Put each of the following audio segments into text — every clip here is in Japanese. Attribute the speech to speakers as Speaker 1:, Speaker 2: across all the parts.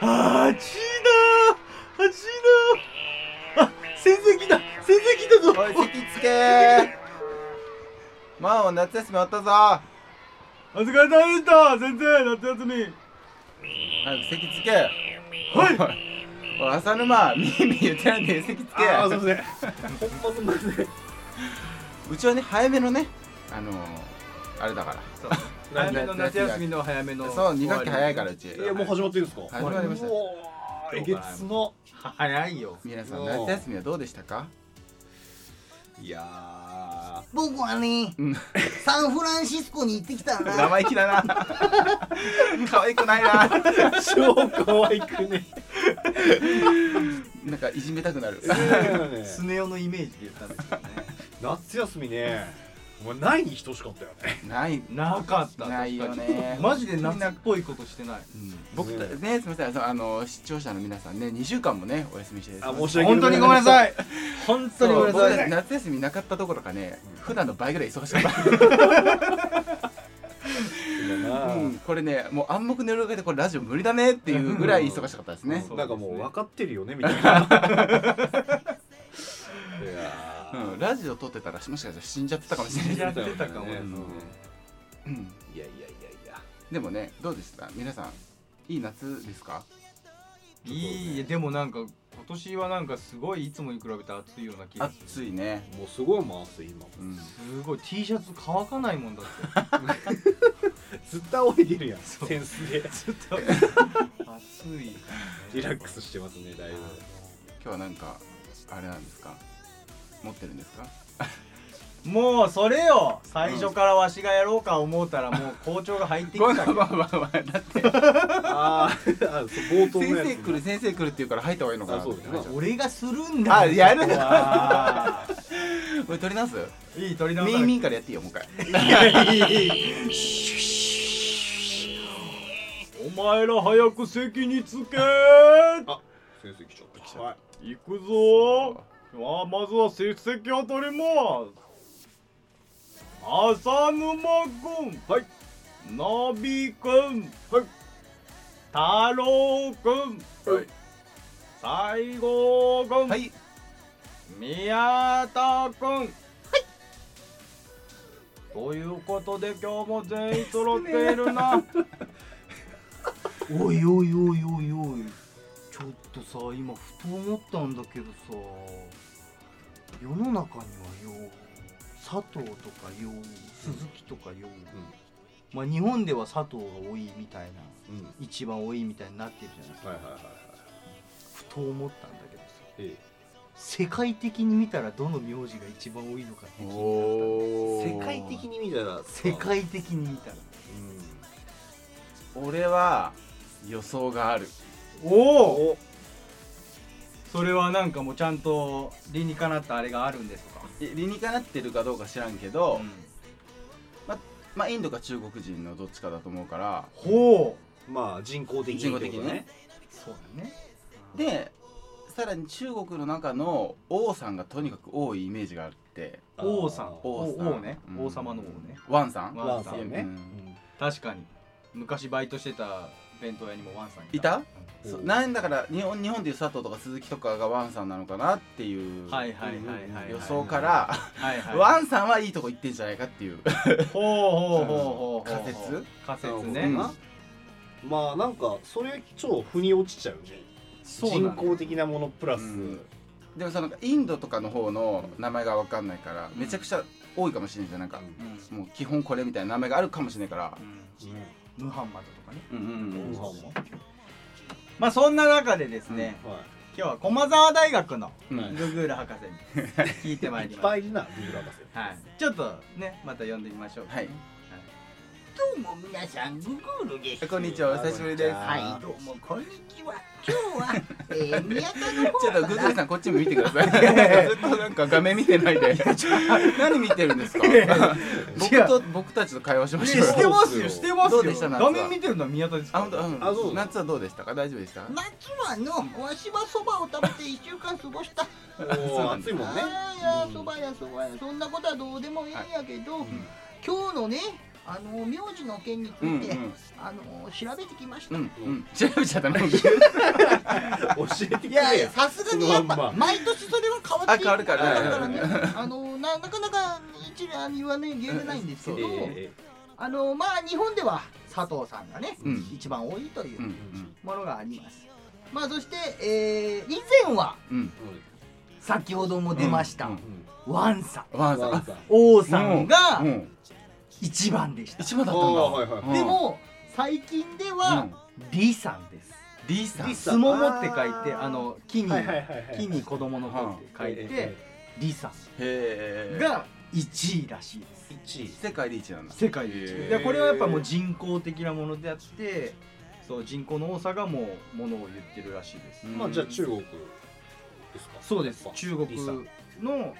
Speaker 1: あー、ちーだーあ、ちーだーあ、先生来た先生来たぞ
Speaker 2: おい席つけーマオ夏休み終わったぞ早
Speaker 1: お疲れ様でした先生夏休み
Speaker 2: く席つけ
Speaker 1: はい
Speaker 2: おい浅沼みーみー言ってないんで席つけ
Speaker 1: あー、すいません。ほんますんません。
Speaker 2: うちはね早めのねあのー、あれだから
Speaker 3: 早めの夏休みの早めの
Speaker 2: そう2学期早いからうち
Speaker 1: いや、もう始まってるんですか
Speaker 2: 始まりました
Speaker 1: うおーえげつの。
Speaker 3: 早いよ
Speaker 2: 皆さん夏休みはどうでしたか
Speaker 1: いや
Speaker 4: 僕はね、
Speaker 2: うん
Speaker 4: サンフランシスコに行ってきたんだ。
Speaker 2: 生意気だ な可愛くないな
Speaker 1: ー、超可愛くね。
Speaker 2: なんかいじめたくなる
Speaker 3: スネ夫のイメージで言ったんですけどね
Speaker 1: 夏休みね、お前、ないに等しかったよね。
Speaker 2: ない
Speaker 3: なかった
Speaker 2: ないよね
Speaker 3: マジで夏っぽいことしてない
Speaker 2: うん僕たねすみませんそうあの視聴者の皆さんね2週間もねお休みして
Speaker 1: あ、申し訳
Speaker 3: 本当にごめんなさ
Speaker 1: い。
Speaker 3: い本当
Speaker 2: そう
Speaker 3: にごめんな
Speaker 2: 僕
Speaker 3: さ
Speaker 2: た
Speaker 3: い
Speaker 2: ち夏休みなかったどころかね普段の倍ぐらい忙しかったうん、これねもう暗黙の了解でこれラジオ無理だねっていうぐらい忙しかったですね、
Speaker 3: そう
Speaker 1: なんかもう分かってるよねみた いな。いや
Speaker 2: うんラジオ撮ってたらもしかしたら死んじゃってたかもしれない
Speaker 3: やってたかもね
Speaker 1: うん
Speaker 2: うん
Speaker 1: ーいやいやいやいや。
Speaker 2: でもねどうでした皆さんいい夏ですか
Speaker 3: いいえでもなんか今年はなんかすごいいつもに比べて暑いような気がする
Speaker 2: 暑いね、
Speaker 1: もうすごい回す今。
Speaker 2: うん、
Speaker 3: すごい T シャツ乾かないもんだ って
Speaker 1: ずっと仰いでるやん。
Speaker 3: そう
Speaker 1: センスで。
Speaker 3: ずっと暑い
Speaker 1: リラックスしてますねだいぶ。
Speaker 2: 今日はなんかあれなんですか持ってるんですか
Speaker 3: もうそれよ最初からわしがやろうか思うたらもう校長が入ってき
Speaker 2: ごめ
Speaker 3: た
Speaker 2: ん
Speaker 3: け
Speaker 2: ごめん
Speaker 3: ど
Speaker 2: ごめんごめんだって
Speaker 1: あーあ、そう冒頭
Speaker 2: 先
Speaker 1: のやつ。
Speaker 2: 生来る先生来るって言うから入った方がいいのかな
Speaker 1: あそうだよな
Speaker 3: 俺がするんだ
Speaker 2: あやる
Speaker 3: わあ
Speaker 2: これ取り直す
Speaker 3: いい取り直
Speaker 2: ミ
Speaker 3: さ
Speaker 2: ー
Speaker 3: な
Speaker 2: ミ
Speaker 3: い
Speaker 2: ーからやっていいよもう一回
Speaker 3: お前ら早く席につけ
Speaker 1: 先生来ちゃった。
Speaker 2: はい
Speaker 3: 行くぞあまずは席を取ります浅沼君はいナビ君はい太郎君
Speaker 2: はい
Speaker 3: 西郷君
Speaker 2: はい
Speaker 3: 宮田君はいということで今日も全員揃っている なおいおいおいおいおいちょっとさ今ふと思ったんだけどさ世の中にはよ佐藤とかよ鈴木とかよ、まあ日本では佐藤が多いみたいな
Speaker 1: うん。
Speaker 3: 一番多いみたいになってるじゃないですか
Speaker 1: はいはいはいはい。
Speaker 3: ふと思ったんだけどさ
Speaker 1: え
Speaker 3: 世界的に見たらどの名字が一番多いのかって気になっ
Speaker 2: お
Speaker 1: え
Speaker 2: ー
Speaker 1: 世界的に見たら。
Speaker 3: た世。界的に見たら
Speaker 2: 俺は予想がある
Speaker 3: おおそれはなんかもうちゃんと理にかなったあれがあるんですか、
Speaker 2: え理にかなってるかどうか知らんけど、
Speaker 3: うん
Speaker 2: まあインドか中国人のどっちかだと思うから
Speaker 3: ほう
Speaker 1: うん。まあ人工的に。
Speaker 2: 人工的にね。
Speaker 3: そうだね
Speaker 2: でさらに中国の中の王さんがとにかく多いイメージがあって
Speaker 3: 王さん
Speaker 2: 王さん
Speaker 3: お王ね、
Speaker 2: うん
Speaker 3: 王様の王ね
Speaker 2: ワンさん
Speaker 3: ワンさ
Speaker 1: ワンさ
Speaker 3: ん
Speaker 1: ん
Speaker 2: ね
Speaker 1: ね
Speaker 3: 確かに昔バイトしてた弁当屋にもワンさん
Speaker 2: いた
Speaker 1: うん
Speaker 2: そうなんだから日本日本でいう佐藤とか鈴木とかがワンさんなのかなっていう
Speaker 3: はいはいはいはいはい
Speaker 2: 予想から
Speaker 3: はいはい
Speaker 2: ワンさんはいいとこ行ってんじゃないかっていう
Speaker 3: ほうほうほうほうほう
Speaker 2: 仮説
Speaker 3: 仮説
Speaker 1: う
Speaker 3: ね
Speaker 2: う
Speaker 1: ん
Speaker 2: ん
Speaker 1: まあなんかそれ超腑に落ちちゃうね
Speaker 3: そう
Speaker 1: 人
Speaker 3: だね
Speaker 1: 工的なものプラス、
Speaker 2: うんでもそのインドとかの方の名前が分かんないからめちゃくちゃ多いかもしれないじゃんなんか
Speaker 3: うん
Speaker 2: もう基本これみたいな名前があるかもしれないから
Speaker 3: うん
Speaker 1: うん
Speaker 3: ムハンマドとかね
Speaker 2: うんうん
Speaker 1: ご飯も
Speaker 3: まあそんな中でですね、
Speaker 1: は
Speaker 3: 今日は駒澤大学の
Speaker 2: うんうん
Speaker 3: ググール博 士に聞いてまい
Speaker 1: い、い
Speaker 3: り
Speaker 1: っ
Speaker 3: ま
Speaker 1: ぱ
Speaker 3: し
Speaker 1: いいるなビール博士
Speaker 3: た。はい、ちょっとね、また呼んでみましょう。
Speaker 2: はい
Speaker 4: どうも皆さん、ググールです。
Speaker 2: こんにちはお久しぶりです
Speaker 4: はい、どうもこんにちは。今日は、えー、宮田の
Speaker 2: ちょっ
Speaker 4: 方 か
Speaker 2: と
Speaker 4: ら
Speaker 2: グーグルさんこっちも見てくださいずっとなんか画面見てないで何見てるんですか僕と僕たちと会話しま
Speaker 3: い
Speaker 2: し
Speaker 3: や
Speaker 2: ょ
Speaker 3: して
Speaker 2: うよ
Speaker 3: ますよ、してます
Speaker 2: ど
Speaker 3: よ。
Speaker 2: うでした夏
Speaker 3: 画
Speaker 2: は
Speaker 3: 面見てるのは宮田です
Speaker 2: あ
Speaker 3: か
Speaker 2: 本当
Speaker 3: ら。
Speaker 2: うん
Speaker 1: あそう
Speaker 2: 夏はどうでしたか大丈夫でした
Speaker 4: 夏はの、わしはそばを食べて一週間過ごした。
Speaker 1: おー暑いもんね
Speaker 4: ああ、いや
Speaker 1: うん
Speaker 4: そばやそばや、そんなことはどうでもいいんやけど、
Speaker 2: ん
Speaker 4: 今日のね、
Speaker 3: あの名字の件について、
Speaker 2: うんうん
Speaker 3: あの調べてきまし
Speaker 2: う
Speaker 3: た、
Speaker 2: んうん調べちゃダメなんだ
Speaker 1: 教えてくれ
Speaker 3: い
Speaker 1: や
Speaker 3: やいやさすがにやっ
Speaker 1: そのま
Speaker 3: ぱ
Speaker 1: ん
Speaker 3: 毎年それは変わっていく
Speaker 2: あ変わるから
Speaker 1: ね
Speaker 3: だからねあのななかなか一例に言わない言えないんですけど、
Speaker 1: ええ
Speaker 3: あのまあ日本では佐藤さんがね、
Speaker 2: うん
Speaker 3: 一番多いといううんものがあります、まあそして、えー以前は
Speaker 2: うん
Speaker 3: 先ほども出ました、
Speaker 2: うんうん
Speaker 3: ワンさん
Speaker 2: わ
Speaker 1: うん
Speaker 2: ざ
Speaker 1: あ
Speaker 2: あ
Speaker 3: 王さんが
Speaker 2: うん
Speaker 3: 一番でした、
Speaker 2: 一番だ
Speaker 1: あ
Speaker 2: ったんだ
Speaker 1: はいはい
Speaker 2: うん
Speaker 3: でも最近では、李さんです
Speaker 2: リさん
Speaker 1: リ
Speaker 3: 相撲って書いて
Speaker 1: あー
Speaker 3: あの木に、
Speaker 1: はいはいはいはい
Speaker 3: 木に子供の子って書い
Speaker 1: え
Speaker 3: て李さ
Speaker 2: へ
Speaker 3: ん
Speaker 2: ー
Speaker 3: が1位らしいです
Speaker 1: え1位
Speaker 2: 世界で一位なんだ
Speaker 3: 世界で
Speaker 2: へ
Speaker 3: 1
Speaker 2: ー
Speaker 3: 位でこれはやっぱもう人工的なものであってそう人口の多さがもうものを言ってるらしいです、
Speaker 1: まあじゃあ中
Speaker 2: 国
Speaker 1: 国ですか
Speaker 3: そうです
Speaker 1: あ
Speaker 3: 中国
Speaker 1: 李さん
Speaker 3: の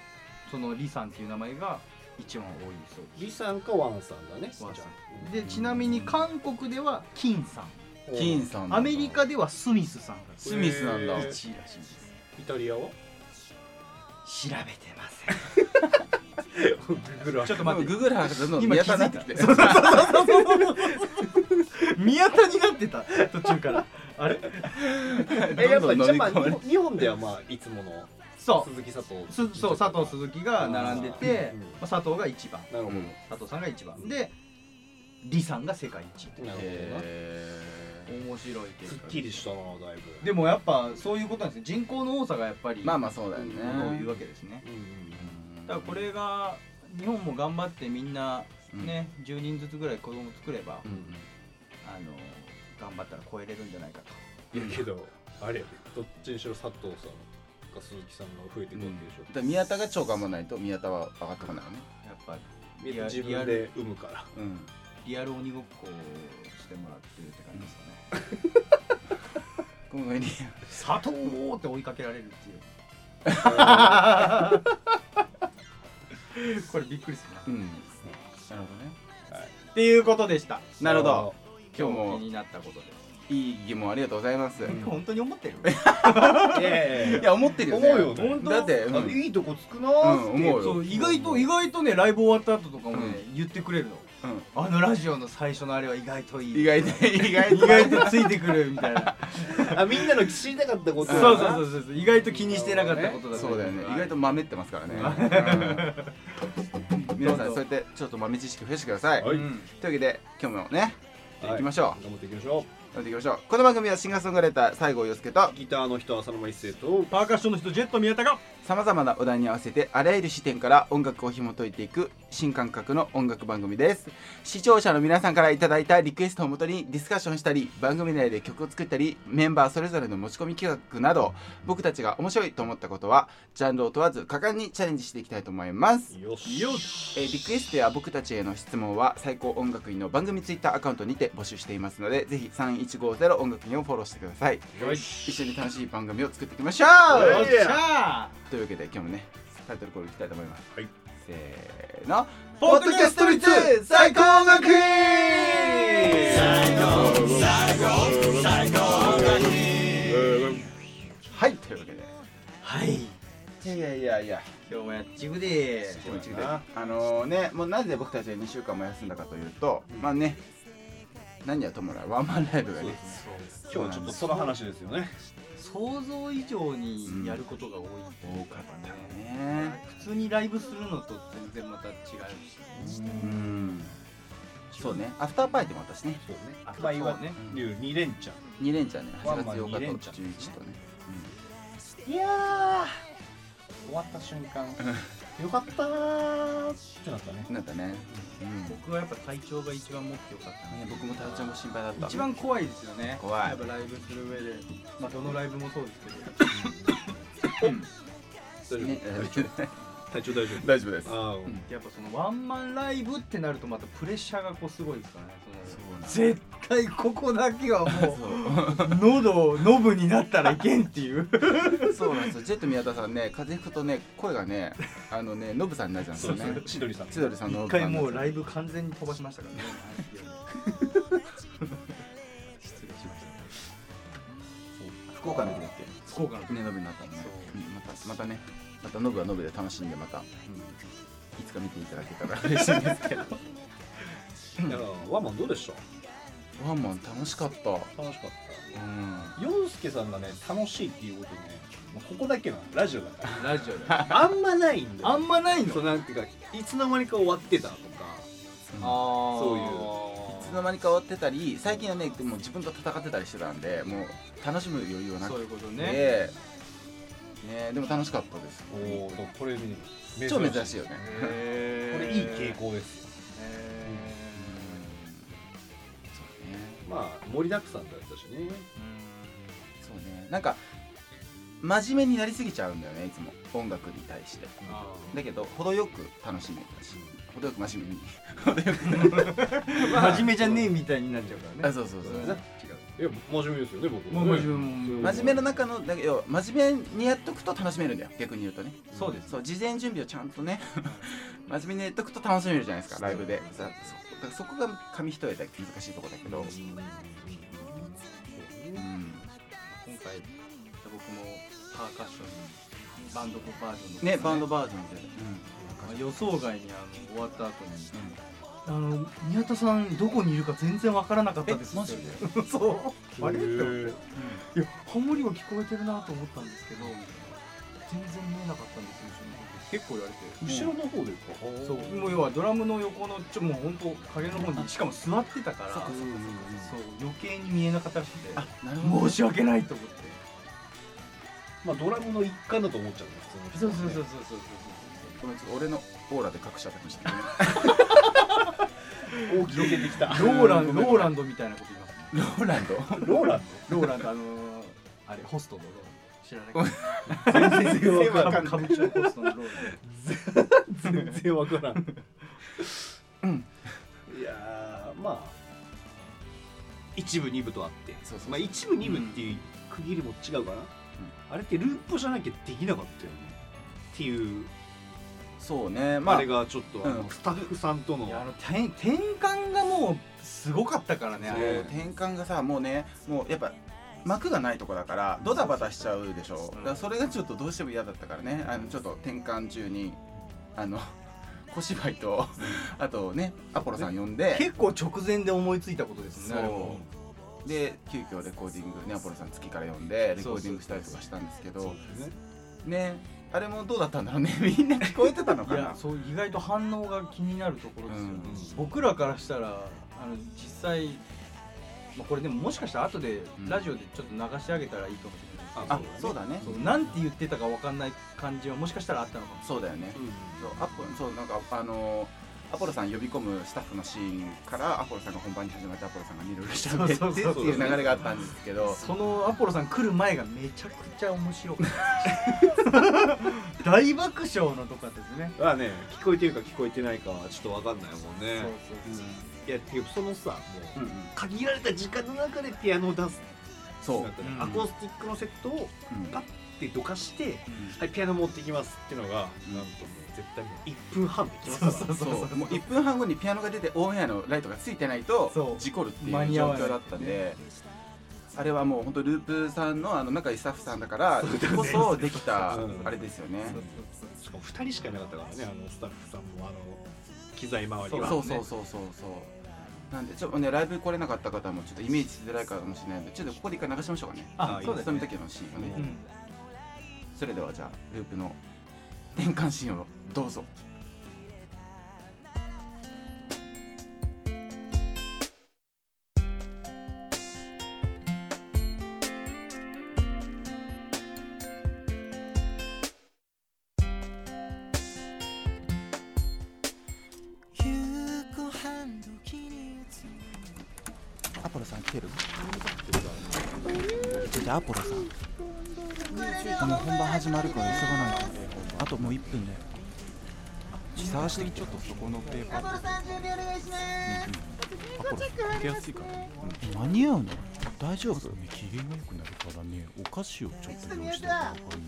Speaker 3: その李さんっていう名前が一番多いそうで
Speaker 1: 李さんかワンさんだね
Speaker 3: すワンさん
Speaker 1: ん
Speaker 3: でちなみに韓国では金さん
Speaker 2: 金さんなんだ
Speaker 3: アメリカではスミスさんが
Speaker 2: スミスなんだ
Speaker 3: 1
Speaker 1: へ
Speaker 3: 位
Speaker 1: ー
Speaker 3: らしいです
Speaker 1: イ タリアは
Speaker 3: 調べてません
Speaker 1: ググ ラ
Speaker 3: ちょっと
Speaker 2: まあ
Speaker 3: 待って
Speaker 2: グーグル博士の
Speaker 3: 今
Speaker 2: 宮田になってきて
Speaker 3: 気づいたそうそうそうそう宮田になってた途中からあれ
Speaker 1: えやっぱ
Speaker 2: どん
Speaker 1: り
Speaker 2: どん飲
Speaker 1: じゃあ
Speaker 2: み
Speaker 1: まあ
Speaker 2: 込まれる
Speaker 1: 日本日本ではまあいつもの
Speaker 3: そ
Speaker 1: 鈴木佐藤
Speaker 3: うすそう佐藤鈴木が並んでて
Speaker 1: あーうん
Speaker 3: まあ佐藤が1番
Speaker 1: なるほど、
Speaker 2: うん
Speaker 3: 佐藤さんが1番で李さんが世界一っていう
Speaker 1: なるほどな
Speaker 2: へー
Speaker 3: 面白い
Speaker 1: すっ
Speaker 3: 結
Speaker 1: き
Speaker 3: 果
Speaker 1: りしたなだいぶ
Speaker 3: でもやっぱそういうことなんですね人口の多さがやっぱり
Speaker 2: まあまあそうだよね
Speaker 3: ものを言うわけですね
Speaker 1: うんうん
Speaker 2: うん
Speaker 3: だからこれが日本も頑張ってみんなね10人ずつぐらい子供作れば
Speaker 2: うんうん
Speaker 3: あの頑張ったら超えれるんじゃないかと
Speaker 1: いやけどあれやでどっちにしろ佐藤さんか鈴木さんが増えてくるんでしょ
Speaker 2: だから宮田が超頑張らないと宮田は上がってこないよね
Speaker 3: やっぱ
Speaker 1: みん
Speaker 3: リア
Speaker 1: な自分で産むから
Speaker 2: うん
Speaker 3: リアル鬼ごっこをしてもらってるって感じですかね
Speaker 2: この上に
Speaker 3: 佐藤をって追いかけられるって いうこれびっくりするな、
Speaker 2: う
Speaker 3: っ
Speaker 2: んなるほどね
Speaker 3: ていうことでした
Speaker 2: なるほど
Speaker 3: 今
Speaker 2: 今
Speaker 3: 日
Speaker 2: 日
Speaker 3: も
Speaker 2: も
Speaker 3: 気になったことです
Speaker 2: いい疑問ありがとうございますい
Speaker 3: 本当に思ってる
Speaker 1: いやいやいや
Speaker 2: や思ってるよ
Speaker 1: 思う
Speaker 2: ね
Speaker 1: よね
Speaker 3: 本当
Speaker 2: だってうん
Speaker 1: あいいとこつくなーっ
Speaker 2: う
Speaker 1: て、
Speaker 2: ん思うよ
Speaker 3: そう意外と意外とねライブ終わった後とかもね、言ってくれるの
Speaker 2: うん
Speaker 3: あのラジオの最初のあれは意外といい
Speaker 2: 意外と意外
Speaker 3: 意
Speaker 2: と
Speaker 3: 外とついてくるみたい な
Speaker 1: あみんなの知りたかったこと
Speaker 3: そ
Speaker 1: だ
Speaker 3: う
Speaker 1: な
Speaker 3: そうそうそうそう意外と気にしてなかったことだ、
Speaker 2: そうだよね意外と豆ってますからねうん皆さんそうやってちょっと豆知識増やしてください
Speaker 1: はい
Speaker 3: うん
Speaker 2: というわけで今日もね
Speaker 1: はい
Speaker 2: 行きましょ
Speaker 1: 頑張っていきましょ
Speaker 2: うやっていきましょうこの番組はシンガーソングライター西郷洋介と
Speaker 1: うギターの人は浅沼一生と
Speaker 3: パーカッションの人ジェット宮田が
Speaker 2: さまざまなお題に合わせてあらゆる視点から音楽を紐解いていく新感覚の音楽番組です視聴者の皆さんからいただいたリクエストをもとにディスカッションしたり番組内で曲を作ったりメンバーそれぞれの持ち込み企画など僕たちが面白いと思ったことはジャンルを問わず果敢にチャレンジしていきたいと思います
Speaker 1: よし
Speaker 3: よ
Speaker 2: えーリクエストや僕たちへの質問は最高音楽院の番組ツイッターアカウントにて募集していますのでぜひ3150音楽院をフォローしてください
Speaker 1: よ
Speaker 2: 一
Speaker 1: し
Speaker 2: 緒に楽しい番組を作っていきましょ
Speaker 1: は
Speaker 2: う
Speaker 1: い
Speaker 3: よっしゃー
Speaker 2: というわけで今日もねタイトルコールいきたいと思います、
Speaker 1: はい
Speaker 2: せーの
Speaker 3: ポッドキャスト率
Speaker 2: 最高音楽院はいというわけで
Speaker 3: はい
Speaker 2: いやいやいや
Speaker 3: 今日もやっちぐでー
Speaker 2: 気持ちいいであのねもうなぜ僕たちは2週間も休んだかというと、
Speaker 1: うん
Speaker 2: まあね何やともらワンマンライブがね
Speaker 1: 今日はちょっとその話ですよね
Speaker 3: 想像以上にやることが多いっていうかね、
Speaker 2: ね
Speaker 3: 普通にライブするのと全然また違うし
Speaker 2: うんそうねアフターパーティーもあったしね
Speaker 1: そうね
Speaker 3: あ
Speaker 1: まあ
Speaker 3: そう
Speaker 1: 今
Speaker 3: ね
Speaker 1: 竜二連チャン
Speaker 2: 2連チャンね
Speaker 1: ワ
Speaker 2: 8
Speaker 1: ン
Speaker 2: 月
Speaker 1: マン
Speaker 2: 8
Speaker 1: 二連
Speaker 2: 日
Speaker 1: チ
Speaker 2: と
Speaker 1: ャン
Speaker 2: 11とね、
Speaker 1: いやー終わった瞬間よかったーってなったね
Speaker 2: うん、なんかね、うんね
Speaker 3: 僕はやっぱ体調が一番持ってよかったね
Speaker 2: 僕もタラちゃんも心配だった
Speaker 3: 一番怖いですよね
Speaker 2: 怖い
Speaker 3: やっぱライブする上でまあどのライブもそうですけどうん
Speaker 1: 大丈
Speaker 2: ね
Speaker 1: 夫体調体調大丈
Speaker 2: 大丈夫です
Speaker 1: 夫ああ
Speaker 2: ん
Speaker 3: やっぱそのワンマンライブってなるとまたプレッシャーがこうすごいですからねその
Speaker 2: そうなんだ
Speaker 3: 絶対ここだけはもう喉ノブになったらいけんっていう
Speaker 2: そうなんですよ。ジェット宮田さんね、風邪ひくとね、声がね、あのね、ノブさんになっちゃうんです
Speaker 1: そ
Speaker 2: よ
Speaker 1: うです
Speaker 2: ね
Speaker 1: ね。千鳥さん
Speaker 2: 千鳥さんの
Speaker 3: 一回もうライ
Speaker 2: ブ。
Speaker 3: ブ完全に飛ばしましたからね失礼しました
Speaker 2: 福岡の時だっけ。
Speaker 3: 福岡の時
Speaker 2: ね、ノブになったのね
Speaker 3: そう。
Speaker 2: うんまた、またね、またノブはノブで楽しんで、また。うんいつか見ていただけたら嬉しいんですけど。
Speaker 1: いやワンマンどうでしょ
Speaker 2: ワンマン楽しかった。う
Speaker 1: う楽しかった
Speaker 2: ん。
Speaker 1: 洋介さんがね楽しいっていうことね、まあここだけなのラジオだか
Speaker 3: ラジオだ
Speaker 1: らあんまないんだよ
Speaker 3: あんまないの
Speaker 1: そうなんていうかいつの間にか終わってたとか
Speaker 3: あ
Speaker 1: そういう
Speaker 2: いつ
Speaker 3: い
Speaker 2: の間にか終わってたり、最近はね、もう自分と戦ってたりしてたんで、もう楽しむ余裕はな
Speaker 3: そう
Speaker 2: く
Speaker 3: いうこと
Speaker 2: て。
Speaker 3: ね
Speaker 2: ねえ、でも楽しかったです。
Speaker 1: おおこれね
Speaker 2: 超珍しいよね。
Speaker 1: こ
Speaker 3: へー
Speaker 1: れいい傾向ですよ
Speaker 2: う
Speaker 3: へ
Speaker 2: んそうね。
Speaker 1: まあ盛りだくさんだったしね
Speaker 2: そうね。なんか真面目になりすぎちゃうんだよね。いつも音楽に対して。
Speaker 3: ーあー
Speaker 2: だけど程よく楽しめたし、程よく真面目に。
Speaker 5: 真面目じゃねえみたいになっちゃうからね
Speaker 2: あ、そうそうそう。
Speaker 1: いや真面目ですよね僕
Speaker 5: まあ真面目
Speaker 2: 真面目の中のだけど真面目にやっとくと楽しめるんだよ逆に言うとね
Speaker 3: そうです
Speaker 2: そう事前準備をちゃんとね真面目にやっとくと楽しめるじゃないですかライブでさそこだからそこが紙一重だけ難しいところだけど
Speaker 3: 今回
Speaker 2: うん
Speaker 3: 僕もパーカッションにバンドバージョンの
Speaker 2: ねバンドバージョンで
Speaker 3: まあ予想外にあの終わった後に
Speaker 5: あの宮田さんどこにいるか全然わからなかったです
Speaker 2: えマジで
Speaker 5: そうあれって思って
Speaker 2: う
Speaker 5: いやハモリは聞こえてるなと思ったんですけど全然見えなかったんですよ後ろの方
Speaker 3: 結構言われて
Speaker 1: 後ろの方でこう
Speaker 3: そうもう要はドラムの横のちょもう本当影の方にしかも座ってたからそう余計に見えなかったらしくて
Speaker 2: あなるほど
Speaker 5: 申し訳ないと思って
Speaker 1: まあドラムの一環だと思っちゃうね普通
Speaker 3: そ
Speaker 1: の
Speaker 3: うそうそうそううそうそう
Speaker 2: ごめんちょっと俺のオーラで隠しちゃったかもしれない
Speaker 1: 大きく出てきた
Speaker 3: そうローランローランドみたいなこと言いますね
Speaker 2: ローランド
Speaker 1: ローラン
Speaker 3: ローランドあのーあれホストのローランド知ら ないか
Speaker 1: 全然わからん
Speaker 3: 歌歌舞伎町ホストのローラン
Speaker 1: 全然わからん
Speaker 2: うん
Speaker 1: いやーまあ一部二部とあって
Speaker 2: そうそうそう
Speaker 1: まあ一部二部っていう区切りも違うかな、あれってループじゃなきゃできなかったよねっていう、
Speaker 2: そうねま
Speaker 1: あ
Speaker 2: あ
Speaker 1: れがちょっとあの、
Speaker 2: うん
Speaker 1: スタッフさんとの
Speaker 3: ドいやあの転転換がもうすごかったからねあ
Speaker 2: そう
Speaker 3: れ
Speaker 2: 転換がさもうねもうやっぱ幕がないとこだからドタバタしちゃうでしょだからそれがちょっとどうしても嫌だったからねあのちょっと転換中にあの 小芝居とあとねアポロさん呼んで
Speaker 3: 結構直前で思いついたことですねあれも
Speaker 2: そうで急遽レコーディングねアポロさん月から呼んでレコーディングしたりとかしたんですけ
Speaker 1: そう
Speaker 2: ど
Speaker 1: ですね
Speaker 2: ねあれもどうだったんだろうね みんな聞こえてたの
Speaker 3: い
Speaker 2: か
Speaker 3: や
Speaker 2: な
Speaker 3: そう意外と反応が気になるところですよね、
Speaker 1: うん
Speaker 3: 僕らからしたらあの実際、まあ、これでももしかしたら後で
Speaker 2: うん
Speaker 3: ラジオでちょっと流してあげたらいいかもしれない
Speaker 2: あそうだね
Speaker 3: ですけど、そうなんて言ってたかわかんない感じはもしかしたらあったのかも
Speaker 2: そうだよね
Speaker 1: うん
Speaker 2: そうアポそうなんかあのアポロさん呼び込むスタッフのシーンからアポロさんが本番に始まってアポロさんがいろいろしゃべって
Speaker 3: そう
Speaker 2: って
Speaker 3: そ
Speaker 2: いう
Speaker 1: そう
Speaker 2: う流れがあったんですけど
Speaker 3: そのアポロさん来る前がめちゃくちゃ面白か った大爆笑のとかですね
Speaker 1: まあね聞こえてるか聞こえてないかはちょっとわかんないもん
Speaker 3: そう
Speaker 1: ね
Speaker 3: そうそう
Speaker 1: いやていうかそのさも
Speaker 2: う
Speaker 1: う、
Speaker 2: んうん
Speaker 1: 限られた時間の中でピアノを出す
Speaker 2: そう
Speaker 1: なんかね
Speaker 3: うん
Speaker 1: アコースティックのセットを
Speaker 2: うん
Speaker 1: パッてどかして
Speaker 2: う
Speaker 1: はいピアノ持ってきますっていうのが、
Speaker 2: うん
Speaker 1: なんともう絶対もう1分半できますから
Speaker 3: そうそうそうん
Speaker 2: そうもう1分半後にピアノが出てオンエアのライトがついてないと
Speaker 3: そう
Speaker 2: 事故るってい
Speaker 3: 間
Speaker 2: う
Speaker 3: に合
Speaker 2: 状
Speaker 3: わない
Speaker 2: 況だったんであれはもう本当ループさんのあの仲いいスタッフさんだからこそできた
Speaker 1: うん
Speaker 2: あれですよね
Speaker 3: そうそう
Speaker 1: しかも2人しかいなかったからねあのスタッフさんもあの機材周り
Speaker 2: そう
Speaker 1: は
Speaker 2: そうそうそうそうなんでちょっとねライブ来れなかった方もちょっとイメージしづらいかもしれないのでちょっとここで一回流しましょうかね
Speaker 3: あ
Speaker 1: あ
Speaker 3: そうです
Speaker 2: 勤め
Speaker 3: ね
Speaker 2: た時のシーンをね、
Speaker 3: うん
Speaker 2: それではじゃあループの 転換シーンをどうぞアポロさん来てるじゃあアポロさんあの本番始まるから急がないとあともう1分だよ探してちょっとそこのペーパーアポロさん準備お願いします、うん、アポロ受けやすいから、間に合うの大丈夫
Speaker 6: 機嫌が良くなるからねお菓子をちょっと用意して
Speaker 2: も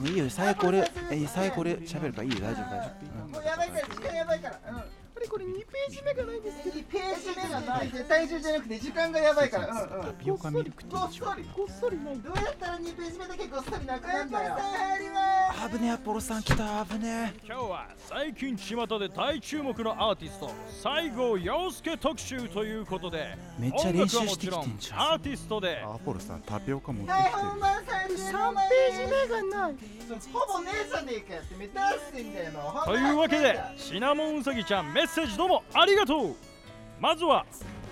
Speaker 2: ういいよ最悪俺え最悪俺喋るからいいよ大丈夫大丈
Speaker 4: もうやばいから時間やばいからうんあれこれ2ページ目がないんですけど2ページ目がない体重じゃなくて時間がやばいからうんうん
Speaker 6: タピオカミルクティ
Speaker 4: こ
Speaker 6: ー
Speaker 4: っ
Speaker 6: ちょ
Speaker 4: そりこっそりないどうやったら2ページ目だけこっそりなくなるんだよ
Speaker 2: 夫
Speaker 4: あぶねアポロさん来たあぶね
Speaker 7: 今日は最近巷で大注目のアーティスト西郷陽介特集ということで
Speaker 4: めっちゃ
Speaker 7: 音
Speaker 4: 練
Speaker 7: 楽は
Speaker 4: 習
Speaker 7: も
Speaker 4: して
Speaker 7: ち
Speaker 4: き
Speaker 7: ろ
Speaker 4: てん
Speaker 7: ん
Speaker 4: じゃん
Speaker 7: アーティストで
Speaker 4: アポロさんタピオカ持ってきて
Speaker 8: はい、
Speaker 4: る
Speaker 8: 本番三ページ目がない。ほぼねえじゃねえかよって目立ってんだよな。ほんま
Speaker 7: というわけでシナモンうさぎちゃんメッセージどうもありがとうまずは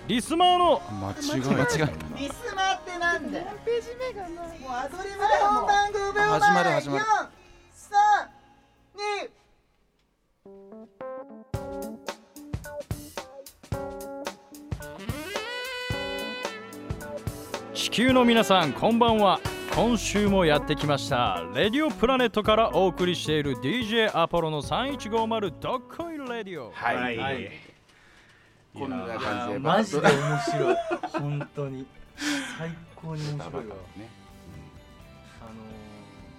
Speaker 7: リスマーの
Speaker 4: 間違いない
Speaker 2: 間違
Speaker 8: リスマってなんだよ。ページ目がない。もうアドリブだよ。本番5秒前。
Speaker 2: 始まる始まる
Speaker 8: 4、3、2、
Speaker 7: 地球の皆さんこんばんは今週もやってきましたレディオプラネットからお送りしている DJ アポロの3150どっこいレディオ
Speaker 2: はい、
Speaker 9: はい
Speaker 2: こんな感
Speaker 3: あ
Speaker 2: じ
Speaker 3: ー
Speaker 2: で
Speaker 3: マジで
Speaker 2: バ
Speaker 3: 面白い本当 に最高に面
Speaker 2: タバ
Speaker 3: 白
Speaker 2: タ
Speaker 3: いわ
Speaker 2: ね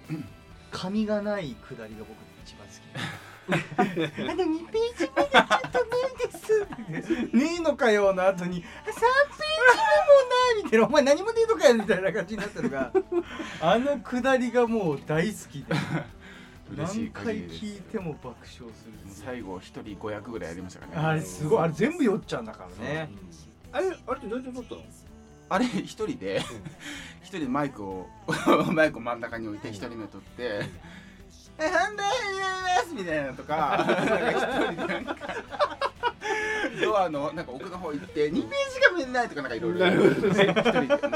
Speaker 3: あのー、髪がないくだりが僕一番好きあの2ページ目がちょっとないですねえのかよの後にあ3ページ目もないみたいなお前何もねえのかよみたいな感じになったのがあのくだりがもう大好きで
Speaker 2: 嬉しい
Speaker 3: 何
Speaker 2: 限
Speaker 3: 回
Speaker 2: りです
Speaker 3: 聞いても爆笑する
Speaker 2: 最後一人500ぐらいやりましたからね
Speaker 3: あれすごいあれ全部よっちゃんだからね
Speaker 9: ね
Speaker 1: あれあれってどうやって撮ったの
Speaker 2: あれ一人で 一人でマイクを マイクを真ん中に置いて一人目取って「えなんでやります」みたいなの とかなんか一人でなんかドアのなんか奥の方行って2ページが見えないとかなんかいろいろ一人で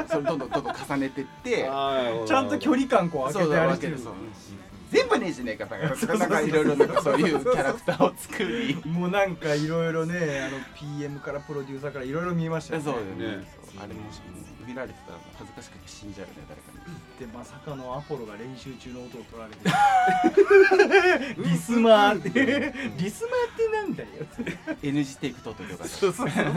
Speaker 2: それどんどんどんどん重ねてって
Speaker 3: ちゃんと距離感こう
Speaker 2: そ
Speaker 3: 開
Speaker 2: う
Speaker 3: け
Speaker 2: だ
Speaker 3: て
Speaker 2: わ
Speaker 3: 歩い
Speaker 2: け
Speaker 3: て
Speaker 2: で
Speaker 3: る
Speaker 2: そう全部ねえじゃねえ かだからなんかいろいろなんかそういうキャラクターを作り
Speaker 3: もうなんかいろいろねあの PM からプロデューサーからいろいろ見ました
Speaker 2: そう
Speaker 3: よ
Speaker 2: だ
Speaker 3: ね
Speaker 2: よね
Speaker 1: ね
Speaker 2: そうあれもし見られてたら恥ずかしくて死んじゃうよね誰かに。
Speaker 3: でまさかのアポロが練習中の音を取られて るリスマーってリスマーってなんだよ
Speaker 2: NG テイク取っといてよかった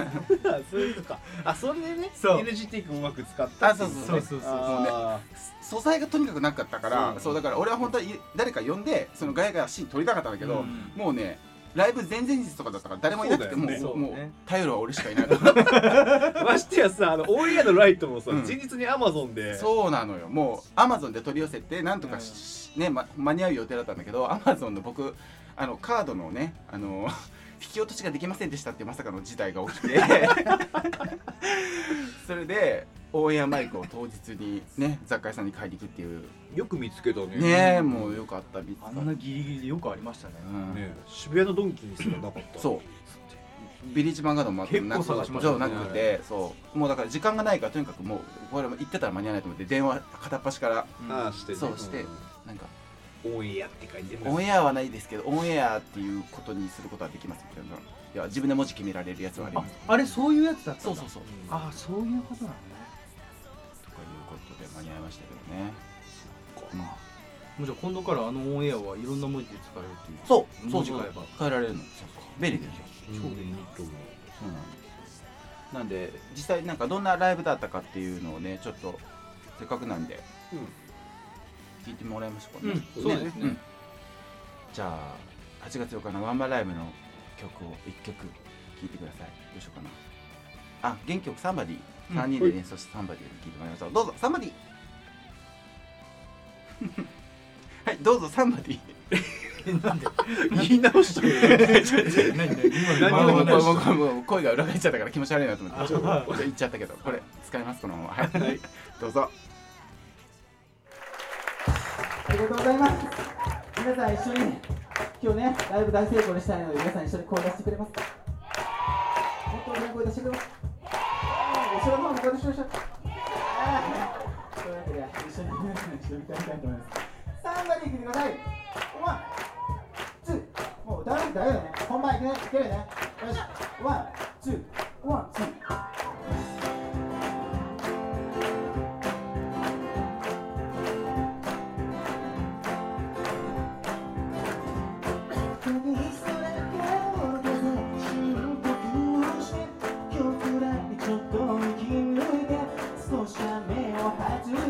Speaker 1: あそういうことかあそれでね
Speaker 3: そう
Speaker 1: NG テイクをうまく使った
Speaker 2: あそうそうそう
Speaker 3: そうそう
Speaker 2: もうね
Speaker 1: あ
Speaker 2: 素材がとにかくなかったから、
Speaker 1: うん
Speaker 2: そうだから俺は本当はい誰か呼んでそのガヤガヤシーン撮りたかったんだけど、
Speaker 3: うん
Speaker 2: もうねライブ前々日とかだったから誰もいなくて、
Speaker 1: そうだよね
Speaker 2: もう
Speaker 3: そう
Speaker 2: もう
Speaker 3: ね
Speaker 2: 頼るは俺しかいないから
Speaker 1: ーましてやさあのオンエアのライトもさ
Speaker 2: うん
Speaker 1: 前日にアマゾンで
Speaker 2: そうなのよもうアマゾンで取り寄せてなんとかし、ねま、間に合う予定だったんだけどアマゾンの僕あのカードのねあの 引き落としができませんでしたっていうまさかの事態が起きて それでオンエアマイクを当日にね雑貨屋さんに買いに行くっていう
Speaker 1: よく見つけたね
Speaker 2: ねえもうよかった見つか
Speaker 3: あ
Speaker 2: っ
Speaker 3: んなギリギリでよくありましたね
Speaker 2: うん
Speaker 1: ね渋谷のドンキにすらなかった
Speaker 2: そうビリッジマンガードもあって
Speaker 3: 結構
Speaker 2: なく
Speaker 3: 探しましたね
Speaker 2: なくてそうもうだから時間がないからとにかくもうこれも行ってたら間に合わないと思って電話片っ端から
Speaker 1: ああしてね
Speaker 2: そうしてなんか
Speaker 1: オンエアって書いて
Speaker 2: 「
Speaker 1: る
Speaker 2: オンエアはないですけどオンエアっていうことにすることはできます」みたいな「いや自分で文字決められるやつはあり
Speaker 3: あ
Speaker 2: ます
Speaker 3: あれそういうやつだっ」た
Speaker 2: そ
Speaker 3: ん
Speaker 2: う
Speaker 3: だ
Speaker 2: そうそう
Speaker 3: ああそういうことなんだね
Speaker 2: とかいうことで間に合いましたけどね
Speaker 3: もうじゃあ今度からあのオンエアはいろんな文字で使えるっていう
Speaker 2: そうそう
Speaker 3: 文字変えば
Speaker 2: 変えられるの便利だよね
Speaker 1: 超便利と思う
Speaker 2: そうなんですなんで実際なんかどんなライブだったかっていうのをねちょっとせっかくなんで、聞いてもらいましょうかね、
Speaker 1: うんそうですね
Speaker 2: んじゃあ8月8日のワンマンライブの曲を1曲聴いてくださいどうしようかなあ原曲「サンバディ」3人で演奏して「サンバディ」を聴いてもらいましょうどうぞ「サンバディ」はいどうぞ「サンバディ」
Speaker 1: 言い直しちゃう何も
Speaker 2: も
Speaker 1: 話
Speaker 2: うも
Speaker 1: し
Speaker 2: うもうもう声が裏返っちゃったから気持ち悪いなと思ってちょっと言っちゃった けどこれ使いますこのままはいどうぞ
Speaker 8: ありがとうございます。皆さん一緒に今日ねライブ大成功にしたいので皆さん一緒に声出してくれますか。もっと大きな声出してくれますか。後ろの方も声出しましょう。あーというわけで一緒に皆さん一緒に歌いたいと思います。サンバリー来てください。ワン、ツー、もう歌わなくて大丈夫だね。本番いけないいけるよね。よし、ワン、ツー、ワン、ツー。「首にそれだけをかざし」「時をして今日くらいちょっと息抜いて」「少しは目を外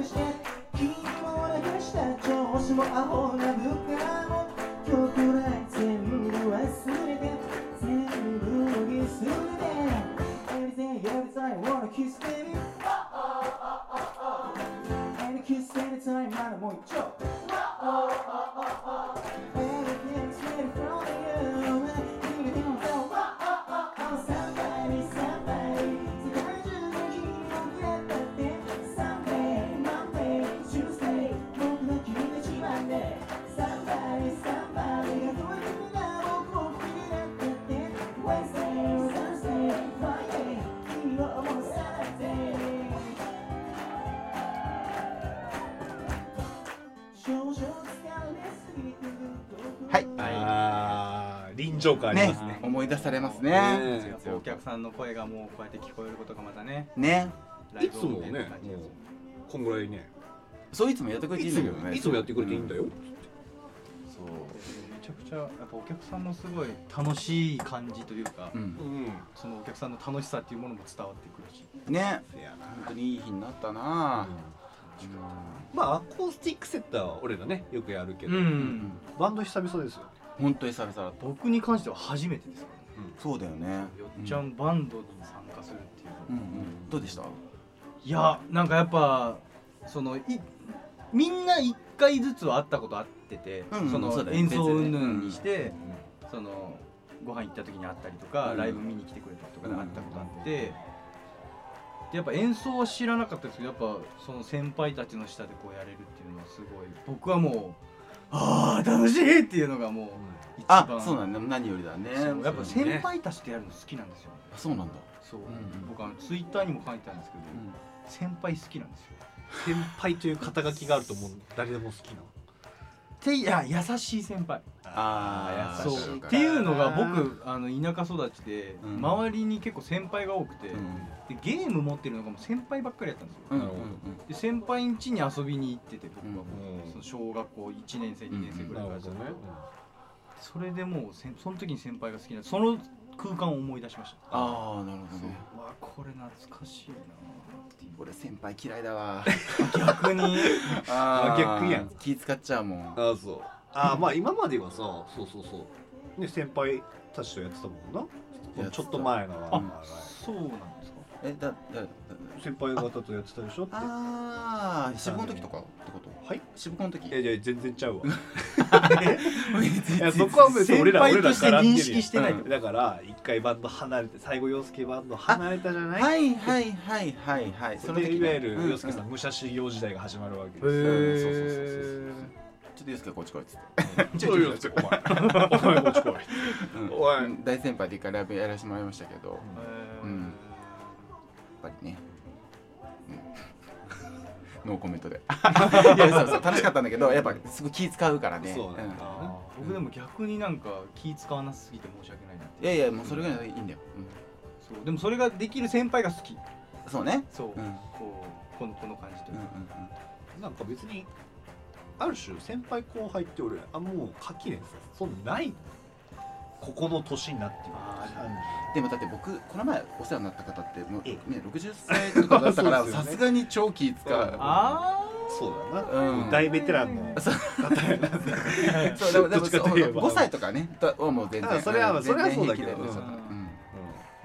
Speaker 8: して」「君も流した調子もアホな部下も」「今日くらい全部忘れて」「全部脱ぎ捨てて」「Everything, everything, I wanna kiss baby」「And kiss anytime, まだもう一丁」「
Speaker 1: 張感あり
Speaker 2: ね
Speaker 1: ますね。
Speaker 2: 思い出されます
Speaker 1: ね
Speaker 2: ね。
Speaker 3: お客さんの声がもうこうやって聞こえることがまたね
Speaker 2: ね、
Speaker 1: いつもね、もうこんぐらいね、
Speaker 2: そういつもやってくれてい
Speaker 1: い
Speaker 2: いん
Speaker 1: つ
Speaker 2: だけど
Speaker 1: も
Speaker 2: ね。
Speaker 1: いつもやってくれていいんだよ。
Speaker 2: そう。
Speaker 3: めちゃくちゃやっぱお客さんのすごい楽しい感じというか、
Speaker 2: うん
Speaker 1: う。ん。
Speaker 3: そのお客さんの楽しさっていうものも伝わってくるし
Speaker 2: ね、
Speaker 1: せやな。
Speaker 2: 本当にいい日になったな。
Speaker 1: まあアコースティックセッターは俺らねよくやるけど、
Speaker 3: ん
Speaker 1: バンド久々ですよ。
Speaker 2: 本当に久々だった。
Speaker 3: 僕に関しては初めてですからね
Speaker 2: そうだよね。
Speaker 3: よっちゃんバンドに参加するっていうのは
Speaker 2: うんうん。どうでした？
Speaker 3: いやなんかやっぱそのいみんな一回ずつは会ったことあってて、
Speaker 2: うんうん
Speaker 3: そ
Speaker 2: そ
Speaker 3: の
Speaker 2: うだよね
Speaker 3: 演奏云々にして、そのご飯行った時に会ったりとか、
Speaker 2: うん
Speaker 3: ライブ見に来てくれたりとかで会ったことあって、でやっぱ演奏は知らなかったですけどやっぱその先輩たちの下でこうやれるっていうのはすごい僕はもうああ楽しいっていうのがもう一番、
Speaker 2: あ、そうだね。何よりだね。
Speaker 3: そうやっぱ先
Speaker 2: ね
Speaker 3: 輩たちとやるの好きなんですよ、
Speaker 2: あそうなんだ。
Speaker 3: そう、
Speaker 2: ん
Speaker 3: 僕あのツイッターにも書いたんですけど、
Speaker 2: ん
Speaker 3: 先輩好きなんですよ
Speaker 1: 先輩という肩書きがあると思う誰でも好きな。
Speaker 3: ていや優しい先輩
Speaker 2: ああ、
Speaker 3: そう
Speaker 2: そう
Speaker 3: っ
Speaker 2: か
Speaker 3: ていうのが僕あの田舎育ちで、
Speaker 2: うん
Speaker 3: 周りに結構先輩が多くて、
Speaker 2: うん
Speaker 3: でゲーム持ってるのがもう先輩ばっかりやったんですよ、
Speaker 2: うんうん
Speaker 1: なるほど
Speaker 3: で先輩ん家に遊びに行ってて僕はもう、
Speaker 1: うん
Speaker 3: その小学校1年生2年生ぐらいからですよ
Speaker 1: ね。
Speaker 3: それでもうせんその時に先輩が好きなその空間を思い出しました
Speaker 2: ああ、なるほどね。
Speaker 3: うわこれ懐かしいなっていう
Speaker 2: 俺先輩嫌いだわ。
Speaker 3: 逆 に
Speaker 2: あー
Speaker 1: 逆やん。
Speaker 2: 気使っちゃうもん。
Speaker 1: ああそう。ああまあ今まではさそうそうそうね先輩たちとやってたもん
Speaker 2: やってた
Speaker 1: な。ちょっと前のは
Speaker 2: あ
Speaker 3: そうなんですか
Speaker 2: え、だ、だ、だ、
Speaker 1: 先輩方とやってたでしょって。
Speaker 2: ああ、渋子の時とかってこと？
Speaker 1: はい。
Speaker 2: 渋子の時
Speaker 1: いや。いや全然ちゃ うわ。
Speaker 2: い
Speaker 1: いやそこは別に俺ら俺ら
Speaker 3: 先輩として認識
Speaker 1: 認
Speaker 3: し
Speaker 1: 識
Speaker 3: てないってこ
Speaker 1: だから一回バンド離れて最後洋介バンド離れたじゃない。
Speaker 2: はいはいはいはいはい。
Speaker 1: それでいわゆる洋介さ
Speaker 2: うん
Speaker 1: 武者修行時代が始まるわけです
Speaker 3: へ
Speaker 1: よ。
Speaker 3: ー
Speaker 1: そうそうそうそうそう。
Speaker 2: んちょっとユースケこっち来いっつって。
Speaker 1: ちょいよ、お前。お前、こ っち来い。
Speaker 2: うん
Speaker 1: おい
Speaker 2: うん大先輩で一回ライブやらせてもらいましたけど、やっうんぱりね。うんノーコメン トで。いやそうそう楽しかったんだけど、やっぱすごい気使うからね。
Speaker 1: そうなんだ
Speaker 2: ん
Speaker 3: 僕でも逆になんか気使わなすぎて申し訳ないなっ
Speaker 2: い
Speaker 3: て
Speaker 2: やいやもうそれぐらいでいいんだよ。
Speaker 3: そうでもそれができる先輩が好き
Speaker 2: うんそうね。
Speaker 3: そう、
Speaker 2: うんうん
Speaker 3: こうこのこの感じという
Speaker 2: うん
Speaker 3: か、
Speaker 1: なんか別に、ある種、先輩後輩って俺、あ、もう垣根です。そんなないのここの年になってい
Speaker 2: う
Speaker 1: う
Speaker 2: んでもだって僕この前お世話になった方ってもう
Speaker 1: え
Speaker 2: ね60歳とかだったか
Speaker 1: そ
Speaker 2: ら
Speaker 1: うです
Speaker 2: さ
Speaker 1: よね
Speaker 2: すがに超気使う。
Speaker 3: あ
Speaker 1: そうだな。
Speaker 2: うん
Speaker 1: 大ベテランの
Speaker 2: そう
Speaker 1: 方やな。
Speaker 2: そうでもでも
Speaker 1: どっちかといえば
Speaker 2: 5歳とかねだはもう全
Speaker 1: あ
Speaker 2: 然
Speaker 1: それは
Speaker 2: ん
Speaker 1: それはそうだけ
Speaker 2: 全然平
Speaker 1: ど
Speaker 2: 気
Speaker 1: うん
Speaker 2: ようん
Speaker 1: うん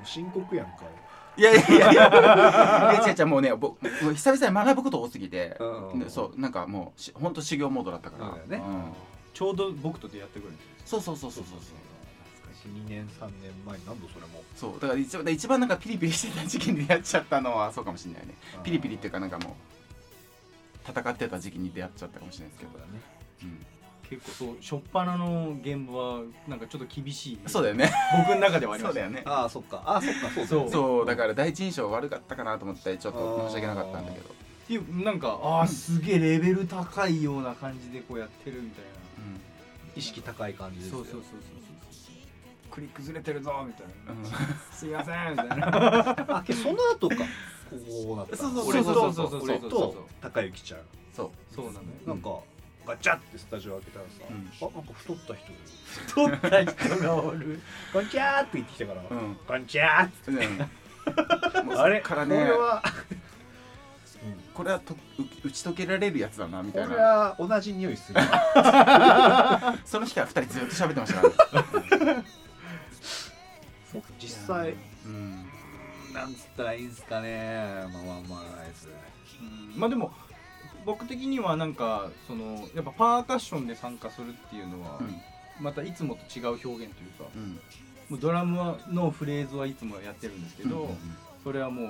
Speaker 1: 深刻やんか。
Speaker 2: いやいやいやいやいや違う違うもうね僕もう久々に学ぶこと多すぎて
Speaker 1: うん
Speaker 2: でそうなんかもうし本当修行モードだったから
Speaker 1: そうだよね
Speaker 2: ん
Speaker 3: ーちょうど僕と出会ってくるんですよ
Speaker 2: そうそうそうそうそう
Speaker 1: 2年、3年前に何度それも。
Speaker 2: そうだから一番一番なんかピリピリしてた時期に出会っちゃったのはそうかもしれないねピリピリっていうかなんかもう戦ってた時期に出会っちゃったかもしれないですけど、うん
Speaker 3: 結構そう初っ端の現場はなんかちょっと厳しい
Speaker 2: そうだよね
Speaker 3: 僕の中ではありま
Speaker 2: そう
Speaker 3: した
Speaker 2: だよね
Speaker 1: ああ、そっか。ああ、そっか、そうだよね
Speaker 2: そうだから第一印象悪かったかなと思ってちょっと申し訳なかったんだけど、
Speaker 3: っていうなんかああすげえレベル高いような感じでこうやってるみたい
Speaker 2: うん
Speaker 1: 意識高い感じ
Speaker 3: な
Speaker 1: ですよ。
Speaker 3: そうクリックずれてるぞみたいな、
Speaker 2: うん
Speaker 3: すいませんみたいな
Speaker 1: あけその後かこうなった
Speaker 2: そうそう
Speaker 1: 俺と
Speaker 3: そうそうそうそ
Speaker 1: 俺
Speaker 3: うそう
Speaker 1: と
Speaker 3: そう
Speaker 1: 高幸ちゃん
Speaker 2: そう
Speaker 3: そうなのよ
Speaker 1: なんか、ガチャってスタジオ開けたらさ、
Speaker 2: うん
Speaker 1: あなんか太った人がいる
Speaker 3: 撮った人がおる
Speaker 1: ガンチャーって言ってきたから、
Speaker 2: うん、
Speaker 1: ガンチャーって
Speaker 2: う んもう
Speaker 1: あれ
Speaker 2: そっから
Speaker 1: こ
Speaker 2: ね
Speaker 1: れは
Speaker 2: これはとう打ち解けられるやつだなみ
Speaker 1: こ
Speaker 2: たい
Speaker 1: れ
Speaker 2: な
Speaker 1: は同じ匂いする
Speaker 2: その日から二人ずっと喋ってましたから、
Speaker 1: 実際
Speaker 2: うん、
Speaker 1: なんつったらいいんすかねまあまあまああいつ
Speaker 3: うんまあでも僕的にはなんかそのやっぱパーカッションで参加するっていうのは、
Speaker 2: うん
Speaker 3: またいつもと違う表現というか
Speaker 2: うん
Speaker 3: もうドラムはのフレーズはいつもやってるんですけど、
Speaker 2: うんうん
Speaker 3: それはもう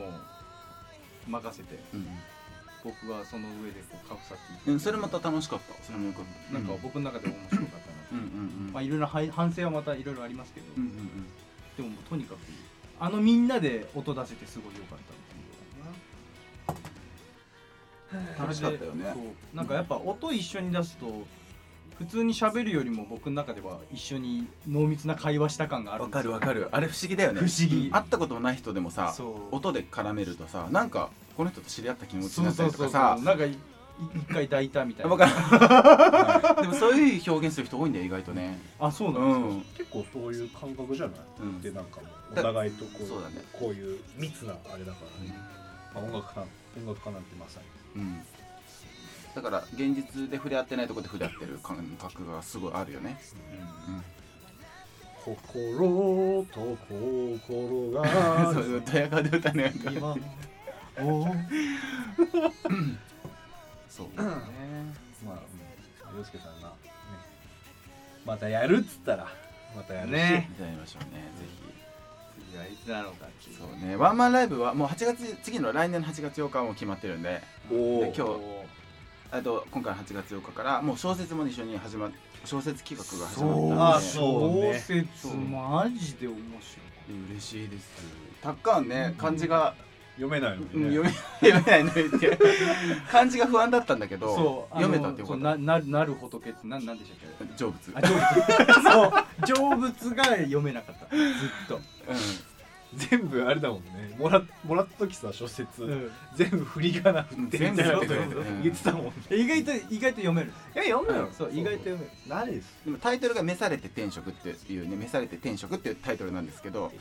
Speaker 3: 任せて
Speaker 2: うん
Speaker 3: 僕はその上でこうかぶさっていく、
Speaker 2: うんうん、それまた楽しかったそれもよかった
Speaker 3: なんか僕の中で面白かったな、
Speaker 2: うんうんうん
Speaker 3: まあいろいろはい反省はまたいろいろありますけど、
Speaker 2: うんうん
Speaker 3: でももうとにかくあのみんなで音出せてすごい良かったっていう
Speaker 2: うん楽しかったよね
Speaker 3: そうなんかやっぱ音一緒に出すと普通に喋るよりも僕の中では一緒に濃密な会話した感がある
Speaker 2: わかるわかるあれ不思議だよね
Speaker 3: 不思議
Speaker 2: 会ったこともない人でもさ
Speaker 3: そう
Speaker 2: 音で絡めるとさなんかこの人と知り合った気持ちに
Speaker 3: そ
Speaker 2: な
Speaker 3: う
Speaker 2: った
Speaker 3: そ
Speaker 2: り
Speaker 3: う
Speaker 2: と
Speaker 3: そう
Speaker 2: か
Speaker 3: そ
Speaker 2: さ
Speaker 3: うなんかいい一回抱いたみたい
Speaker 2: わ
Speaker 3: な
Speaker 2: かる、はい でもそういう表現する人多いんだよ意外とね
Speaker 3: あそうな
Speaker 2: う
Speaker 3: の
Speaker 2: ん
Speaker 1: 結構そういう感覚じゃない、
Speaker 2: うん
Speaker 1: でなんかお互いとこう
Speaker 2: そうだね
Speaker 1: こういう密なあれだからね、まあ、音楽家音楽家なんてまさに
Speaker 2: うんだから現実で触れ合ってないところで触れ合ってる感覚がすごいあるよね
Speaker 1: 心と心 が
Speaker 2: そうそうドヤ顔で歌ねなんか
Speaker 1: 今
Speaker 2: そう
Speaker 1: まあ、うん、洋介さんが、ね、またやるっつったら、またやるし、
Speaker 3: ね
Speaker 2: やりましょうねぜひ
Speaker 3: いやいつなのかっていう
Speaker 2: そうね、ワンマンライブはもう8月次の来年の8月8日はもう決まってるんで
Speaker 1: お
Speaker 2: で今日あと今回の8月8日からもう小説も一緒に始ま小説企画が始まったんで
Speaker 1: そうね
Speaker 3: 説マジで面白
Speaker 2: 嬉しいですたっかんね漢字が、
Speaker 1: 読めないの
Speaker 2: うん
Speaker 1: にね、
Speaker 2: 読め読めないのに って漢字が不安だったんだけ
Speaker 3: い
Speaker 2: ど読めたってよ
Speaker 3: よ
Speaker 2: かった
Speaker 3: なななる仏ってななんでしたっ け
Speaker 2: 成仏
Speaker 3: あれそう成仏が読めなかったずっと、
Speaker 1: 全部あれだもんね、もらもらった時さ、小説、全部振り仮名振ってみたいなこと
Speaker 2: 全部振ってね
Speaker 1: 言ってたもんね。
Speaker 3: 意外と意外と読める
Speaker 1: え、読む
Speaker 2: む
Speaker 1: よ
Speaker 2: よ。
Speaker 3: そう意外と読める
Speaker 1: 誰です
Speaker 2: でもタイトルが「召されて転職」っていうね「召されて転職」っていうタイトルなんですけど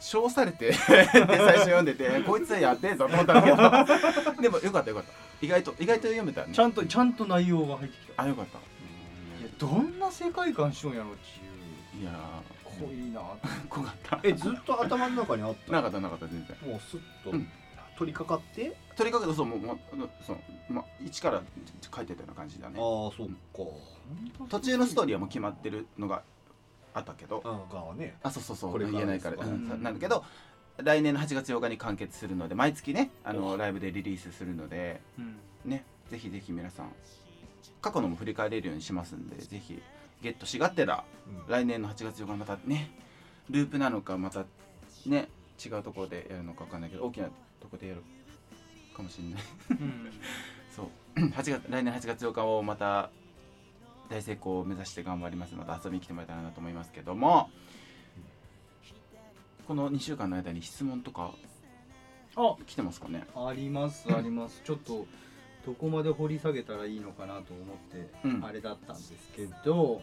Speaker 2: 称されて って最初読んでてこいつはやってんぞと思ったんだけどでもよかったよかった意外と意外と読めたね
Speaker 3: ちゃんとちゃんと内容が入ってきた
Speaker 2: あよかった
Speaker 3: いやどんな世界観しようやろっていう
Speaker 2: いやー
Speaker 3: 濃いなって
Speaker 2: 濃かった
Speaker 1: え、ずっと頭の中にあった。
Speaker 2: な
Speaker 1: も
Speaker 2: かったなかった全然
Speaker 1: うスッと
Speaker 2: うん
Speaker 1: 取り掛かって、
Speaker 2: とにかくそうもう、ま、あのそう、ま、一から書いてたような感じだね
Speaker 1: ああ、そうか。
Speaker 2: 途中のストーリーはもう決まってるのがあったけど
Speaker 1: あーがね。
Speaker 2: あそうそうそう
Speaker 1: これから
Speaker 2: 言えないから、
Speaker 1: ですか
Speaker 2: うん
Speaker 3: うん
Speaker 2: なんだけど来年の8月8日に完結するので毎月ねあのライブでリリースするのでねぜひぜひ皆さん過去のも振り返れるようにしますんでぜひゲットしがてら
Speaker 1: うん
Speaker 2: 来年の8月8日またねループなのかまたね違うところでやるのかわかんないけど大きなところでやるかもしれない そう 8月来年8月8日をまた大成功を目指して頑張りますまた遊びに来てもらえたらなと思いますけどもこの2週間の間に質問とか
Speaker 3: あ
Speaker 2: 来てますかね
Speaker 3: ありますありますちょっとどこまで掘り下げたらいいのかなと思って
Speaker 2: うん
Speaker 3: あれだったんですけど、そ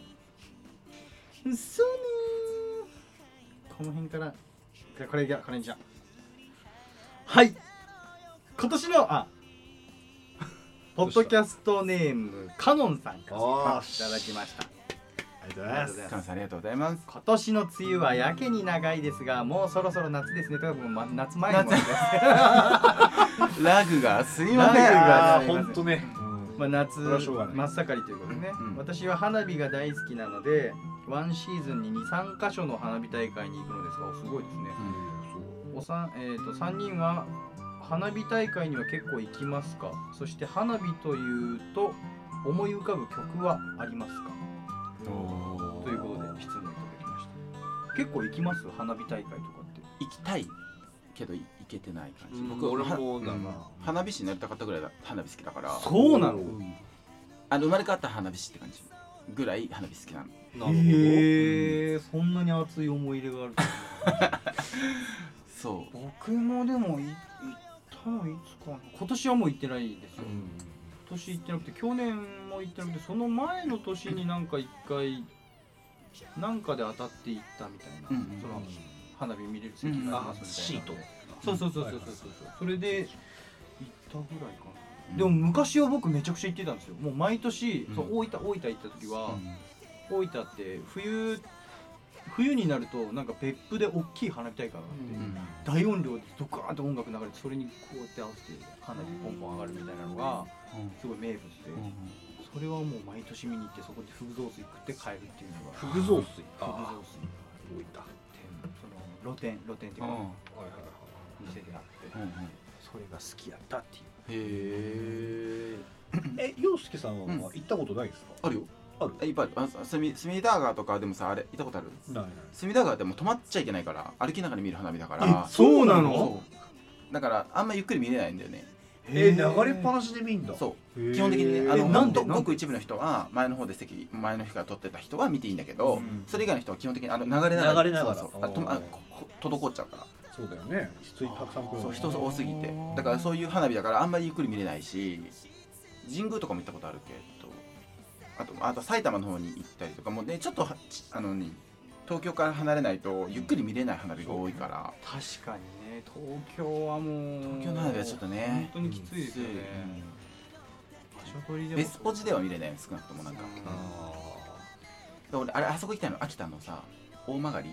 Speaker 3: うねーこの辺からじゃあこれじゃこれじゃはい今年のあポッドキャストネームカノンさんから
Speaker 1: あ
Speaker 3: いただきました
Speaker 1: ありがとうご
Speaker 3: ありがとうご
Speaker 1: ざいます。
Speaker 3: ざいます
Speaker 2: カンさんありがとうございます
Speaker 3: 今年の梅雨はやけに長いですがもうそろそろ夏ですねとかもう、ま、夏前にもです、
Speaker 2: ラグがすいません
Speaker 3: ラグが
Speaker 1: あーほんとね。
Speaker 3: まあ、夏
Speaker 1: れはしょうがない
Speaker 3: 真っ盛りということでね、
Speaker 2: うん
Speaker 3: 私は花火が大好きなのでワンシーズンに23か所の花火大会に行くのですがおすごいですねおさん、えー、と3人は花火大会には結構行きますかそして花火というと思い浮かぶ曲はありますか
Speaker 2: おー
Speaker 3: ということで質問いただきました結構行きます花火大会とかって
Speaker 2: 行きたいけどい行けてない感じ
Speaker 1: うん
Speaker 2: 僕
Speaker 1: 俺
Speaker 2: は
Speaker 1: もだな
Speaker 2: うん花火師になりたかったぐらいだ花火好きだから
Speaker 3: そうなの
Speaker 2: うんあの生まれ変わった花火師って感じぐらい花火好きなの
Speaker 1: な
Speaker 3: へえそんなに熱い思い入れがある
Speaker 2: そう
Speaker 3: 僕もでもい行ったのいつかな今年はもう行ってないですよ、
Speaker 1: うん
Speaker 3: 今年行ってなくて去年も行ってなくてその前の年になんか一回なんかで当たっていったみたいな、
Speaker 2: うんうん
Speaker 3: その花火見れる席がありますみたいなので、
Speaker 1: うんあシート
Speaker 3: そうそうそうそうそうそう、それで行ったぐらいかな、
Speaker 2: うん
Speaker 3: でも昔は僕めちゃくちゃ行ってたんですよもう毎年、
Speaker 2: うん
Speaker 3: そう大分大分行った時は、
Speaker 2: うん
Speaker 3: 大分って冬冬になるとなんか別府で大きい花火大会があって、
Speaker 2: うん
Speaker 3: 大音量でドカーンと音楽流れてそれにこうやって合わせて花火ポンポン上がるみたいなのがすごい名物で、それはもう毎年見に行ってそこでフグ雑炊食って帰るっていうのが
Speaker 1: フグ雑炊
Speaker 3: フグ
Speaker 1: あ
Speaker 3: 雑炊
Speaker 1: ー置いた
Speaker 3: 天その露店露店っていうか
Speaker 1: はいはいはい
Speaker 3: 店であって
Speaker 2: うんうん
Speaker 3: それが好きやったっていう
Speaker 2: へえ
Speaker 1: え、洋介さんは
Speaker 2: うん
Speaker 1: 行ったことないです
Speaker 2: あ
Speaker 1: か、
Speaker 2: るよ
Speaker 1: ある
Speaker 2: えいっぱいあるあ隅隅田川とかでもさあれ行ったことある
Speaker 1: ないない
Speaker 2: 隅田川ってもう止まっちゃいけないから歩きながら見る花火だから
Speaker 3: そうな
Speaker 2: そうだからあんまゆっくり見れないんだよね
Speaker 1: えー流れっぱなしで見んだ
Speaker 2: そう
Speaker 1: へー
Speaker 2: 基本的にねあの
Speaker 1: えな
Speaker 2: 本
Speaker 1: んで
Speaker 2: 当ごく一部の人は前の方で席前の日から撮ってた人は見ていいんだけど、それ以外の人は基本的にあの流れながら
Speaker 1: 流れながら
Speaker 2: そうそうあとあここ滞っちゃうから
Speaker 1: そうだよね人たくさん来る
Speaker 2: そう人多すぎてだからそういう花火だからあんまりゆっくり見れないし神宮とかも行ったことあるけどあとあと埼玉の方に行ったりとかもうねちょっとはちあの、ね、東京から離れないとゆっくり見れない花火が多いから、
Speaker 3: 確かにね東京はもう
Speaker 2: 東京の花火はちょっとね
Speaker 3: 本当にきついですよね、場所取りで
Speaker 2: ベスポジでは見れないよ少なくともなんかで俺あれあそこ行きたいの秋田のさ大曲だっけ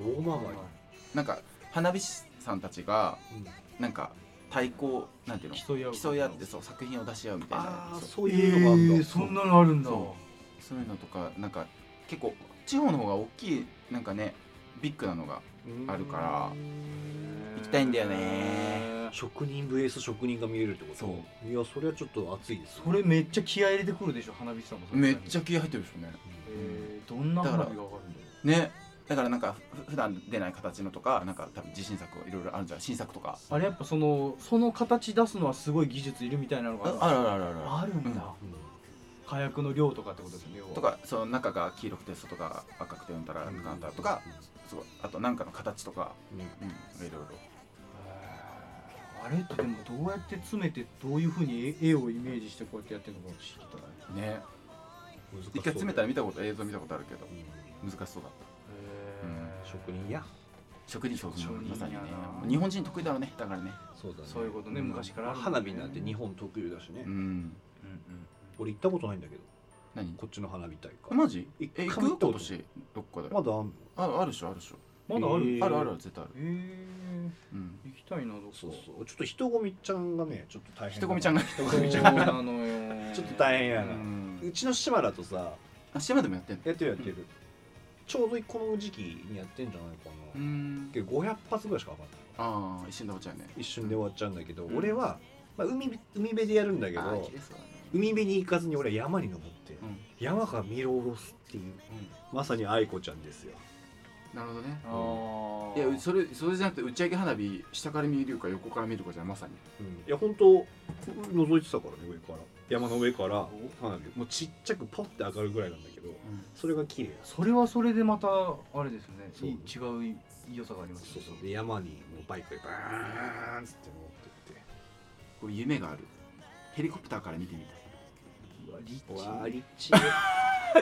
Speaker 1: 大曲り
Speaker 2: なんか花火師さんたちが、
Speaker 1: うん
Speaker 2: なんか対抗なんていうの
Speaker 3: 競い合う
Speaker 2: 競い合ってそう作品を出し合うみたいな
Speaker 1: ああ
Speaker 2: そう
Speaker 1: そういうのがあんだ、
Speaker 3: えーそんなのあるんだ
Speaker 2: そそういうのとかなんか結構地方の方が大きいなんかねビッグなのがあるから行きたいんだよね
Speaker 1: 職人 VS 職人が見えるってことそういやそれはちょっと熱いです
Speaker 3: それめっちゃ気合い入れてくるでしょ花火師さんも
Speaker 2: めっち
Speaker 3: ゃ
Speaker 2: ゃ気合入ってるでしょうね
Speaker 3: えーどんな花火が上がるんだろう
Speaker 2: ねだからなんかふ普段出ない形のとかなんか多分自信作いろいろあるんじゃん新作とか
Speaker 3: あれやっぱそのその形出すのはすごい技術いるみたいなの
Speaker 2: あ
Speaker 3: が
Speaker 2: あるあるあるあ
Speaker 3: あるんだ、火薬の量とかってことですよね要は
Speaker 2: るとかその中が黄色くて外が赤くてうんたらなんたらとかそうあとなんかの形とかうんいろいろ
Speaker 3: あれってでもどうやって詰めてどういうふうに絵絵をイメージしてこうやってやってるのか知りたい
Speaker 2: ね一回詰めたら見たこと映像見たことあるけど難しそうだった
Speaker 1: 職人や
Speaker 2: 職人職人
Speaker 3: 職人
Speaker 2: まさにね
Speaker 3: やな
Speaker 2: 日本人得意だろうねだからね
Speaker 1: そうだね
Speaker 3: そういうことね、
Speaker 2: うん
Speaker 3: 昔からあるもね
Speaker 1: 花火なんて日本特有だしね、
Speaker 2: うん
Speaker 1: 俺行ったことないんだけど
Speaker 2: 何
Speaker 1: こっちの花火大会
Speaker 2: マジ
Speaker 1: 一
Speaker 2: え
Speaker 1: 回
Speaker 2: 行
Speaker 1: も
Speaker 2: く今
Speaker 1: 行ったこと
Speaker 2: 年どっかで
Speaker 1: まだあんの
Speaker 2: ああるでしょあるでしょ
Speaker 3: まだある
Speaker 1: えー
Speaker 2: あるあるある絶対ある
Speaker 3: えー、
Speaker 2: うん
Speaker 3: 行きたいなどこ
Speaker 1: そうそうちょっと人混みちゃんがねちょっと大変
Speaker 2: 人混みちゃんが
Speaker 1: 人
Speaker 3: そ
Speaker 1: 混
Speaker 3: う
Speaker 1: みちゃんが
Speaker 3: なのよ
Speaker 1: ちょっと大変
Speaker 2: う
Speaker 1: やな、うんちの島だとさ
Speaker 2: あ島でもやってんの
Speaker 1: やってるやってる、ちょうどこの時期にやってんじゃないか
Speaker 2: う
Speaker 1: な、
Speaker 2: ん
Speaker 1: けど500発ぐらいしか上がんない
Speaker 2: ああ一瞬で終わっちゃうね
Speaker 1: 一瞬で終わっちゃうんだけど、
Speaker 2: うん
Speaker 1: 俺は、まあ、海辺海辺でやるんだけ
Speaker 2: ああ
Speaker 1: ど
Speaker 2: 綺麗そうだね
Speaker 1: 海辺に行かずに俺は山に登って、
Speaker 2: うん
Speaker 1: 山から見下ろすっていう、まさに愛子ちゃんですよ
Speaker 2: なるほどね
Speaker 3: あ
Speaker 2: い
Speaker 3: ー
Speaker 2: やそれそれじゃなくて打ち上げ花火下から見るか横から見るかじゃまさに
Speaker 1: いや本当覗いてたからね上から山の上から花火もうちっちゃくポッて上がるぐらいなんだけど、それが綺麗だ
Speaker 3: それはそれでまたあれですね
Speaker 1: そう
Speaker 3: い違う良さがあります
Speaker 1: そうそうで山にもうバイクでバーンっつって持ってって
Speaker 2: これ夢があるヘリコプターから見てみた
Speaker 3: うわリッチ
Speaker 1: うわーリッチ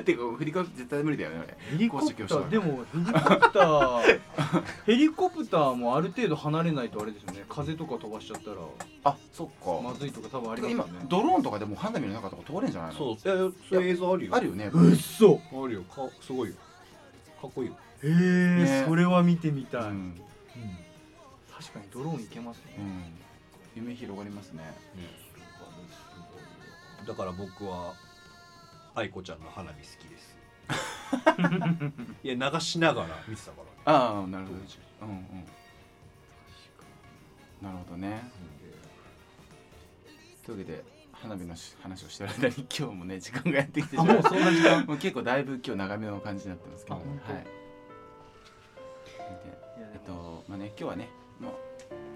Speaker 2: いてか振り返 って絶対無理だよね俺
Speaker 3: ヘリコプタ
Speaker 2: 高所
Speaker 3: ー
Speaker 2: 恐怖症
Speaker 3: でもヘリコプター ヘリコプターもある程度離れないとあれですよね風とか飛ばしちゃったら
Speaker 2: あそっか
Speaker 3: まずいとか多分あ
Speaker 2: て
Speaker 3: り
Speaker 2: か
Speaker 3: ます
Speaker 2: 今
Speaker 3: よね
Speaker 2: ドローンとかでもう花火の中とか通れんじゃないの
Speaker 1: そういやいやそういう映像あるよ
Speaker 2: あるよね
Speaker 3: うっそ
Speaker 1: あるよかすごいよかっこいいよ
Speaker 3: へえ
Speaker 2: ね
Speaker 3: それは見てみ
Speaker 2: う
Speaker 3: たい
Speaker 2: ん
Speaker 3: 確かにドローンいけますね
Speaker 2: うん夢広がりますね
Speaker 1: だから僕は愛子ちゃんの花火好きですいや流しながら見てたからね
Speaker 2: ああなるほどうんうんなるほどね、というわけで花火のし話をしてる間に 今日もね時間がやってきてしまうそんな時間 もう結構だいぶ今日長めの感じになってますけど、ね、はいで
Speaker 3: いや
Speaker 2: え
Speaker 3: で
Speaker 2: っ
Speaker 3: も
Speaker 2: とまあね今日はねもう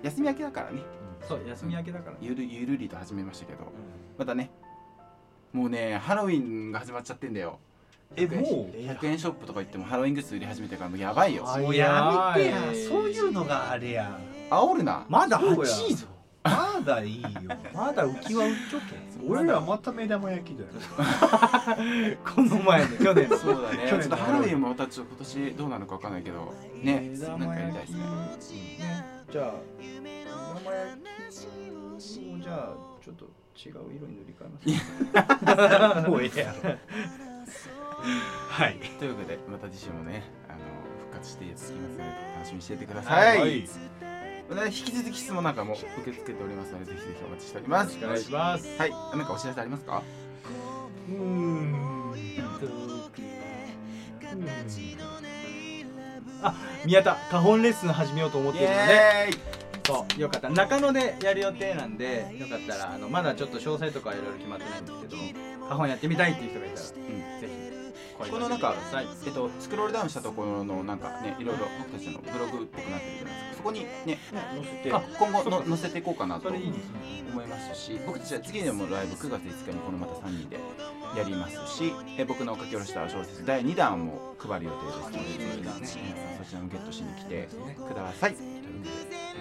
Speaker 2: 休み明けだからね
Speaker 3: そう休み明けだからね
Speaker 2: ゆるゆるりと始めましたけど、またねもうねハロウィンが始まっちゃってんだよ
Speaker 1: え
Speaker 2: 100円
Speaker 1: もう
Speaker 2: 100円ショップとか行ってもハロウィングッズ売り始めてからもうやばいよ
Speaker 3: 早い
Speaker 1: もうやめてやそういうのがあれや
Speaker 2: 煽るな
Speaker 1: まだ
Speaker 3: 欲しいぞ
Speaker 1: まだいいよ
Speaker 3: まだ浮き輪浮っちょ
Speaker 1: 俺らまた目玉焼きだよ
Speaker 3: けこの前の去年の
Speaker 2: そうだね。ち
Speaker 3: 去
Speaker 2: ょっ
Speaker 3: 年
Speaker 2: と
Speaker 3: の
Speaker 2: ハロウィンもまたちょっと今年どうなのかわかんないけど、ね、
Speaker 3: 目
Speaker 2: なん
Speaker 3: 玉
Speaker 2: かや
Speaker 3: 焼
Speaker 2: りたい
Speaker 3: き
Speaker 2: ですね。
Speaker 3: ねじゃあ目玉焼きをじゃあちょっと違う色に塗り替えます
Speaker 1: もうええや ろはい
Speaker 2: というわけでまた次週もね、あの復活していきますので楽しみにしていてください。
Speaker 1: はい
Speaker 2: またね引き続き質問なんかも受け付けておりますのでぜひぜひお待ちしております。
Speaker 3: お願いします
Speaker 2: はい。なんかお知らせありますか？
Speaker 3: 宮田花本レッスン始めようと思っているので
Speaker 2: イエーイ。
Speaker 3: そうよかった中野でやる予定なんでよかったらあのまだちょっと詳細とかいろいろ決まってないんですけど花本やってみたいっていう人がいたら、ぜひ
Speaker 2: このなんか、えっと、スクロールダウンしたところのなんかねいろいろ僕たちのブログっぽくなってるじゃないですかそこにね載せて
Speaker 3: あ
Speaker 2: 今後の載せていこうかなと
Speaker 3: それいい
Speaker 2: 思
Speaker 3: ですね
Speaker 2: いますし僕たちは次でもライブ9月5日にこのまた3人でやりますしえ僕の書き下ろした小説第2弾も配る予定ですので皆さんそちらもゲットしに来てくださいということで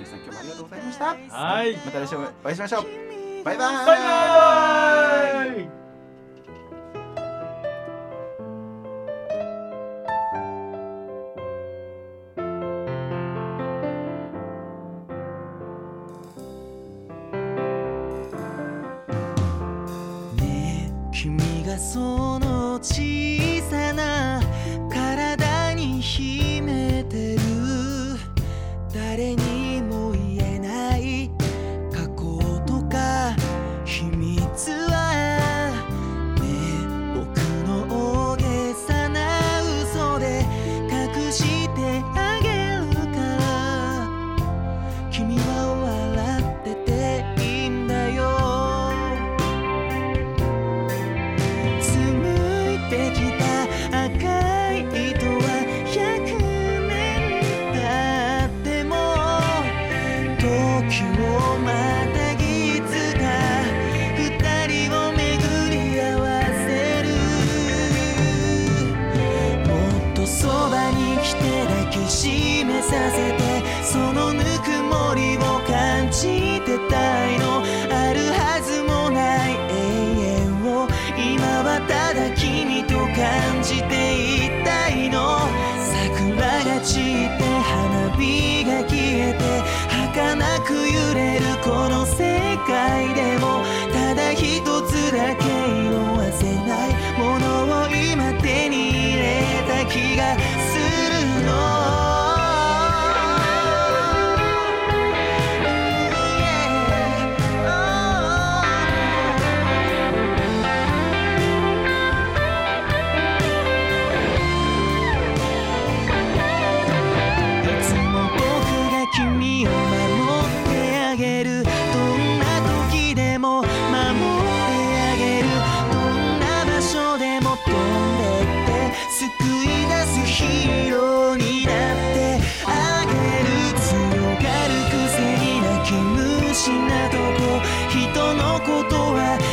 Speaker 2: 皆さん今日もありがとうございました
Speaker 3: はい
Speaker 2: また来週お会いしましょうバイバーイ
Speaker 3: バイバーイ
Speaker 8: ねえ君がその小さな体に秘めてる誰にも言えない過去とか秘密はねえ僕の大げさな嘘で隠してあげるから君は笑ってていいんだよ「紡いできた赤い糸は100年経っても」「時をまたぎいつか二人を巡り合わせる」「もっとそばに来て抱きしめさせて」「そのぬくもりを感じてたいの」「あるはずもない永遠を今はただ君と感じていたいの」「桜が散って花火が消えて」「儚く揺れるこの世界でも」「ただ一つだけ色褪せないものを今手に入れた気がするの」いつも僕が君を守ってあげるどんな時でも守ってあげるどんな場所でも飛んでって救い出すヒーローになってあげる強がるくせに泣き虫なとこ人のことは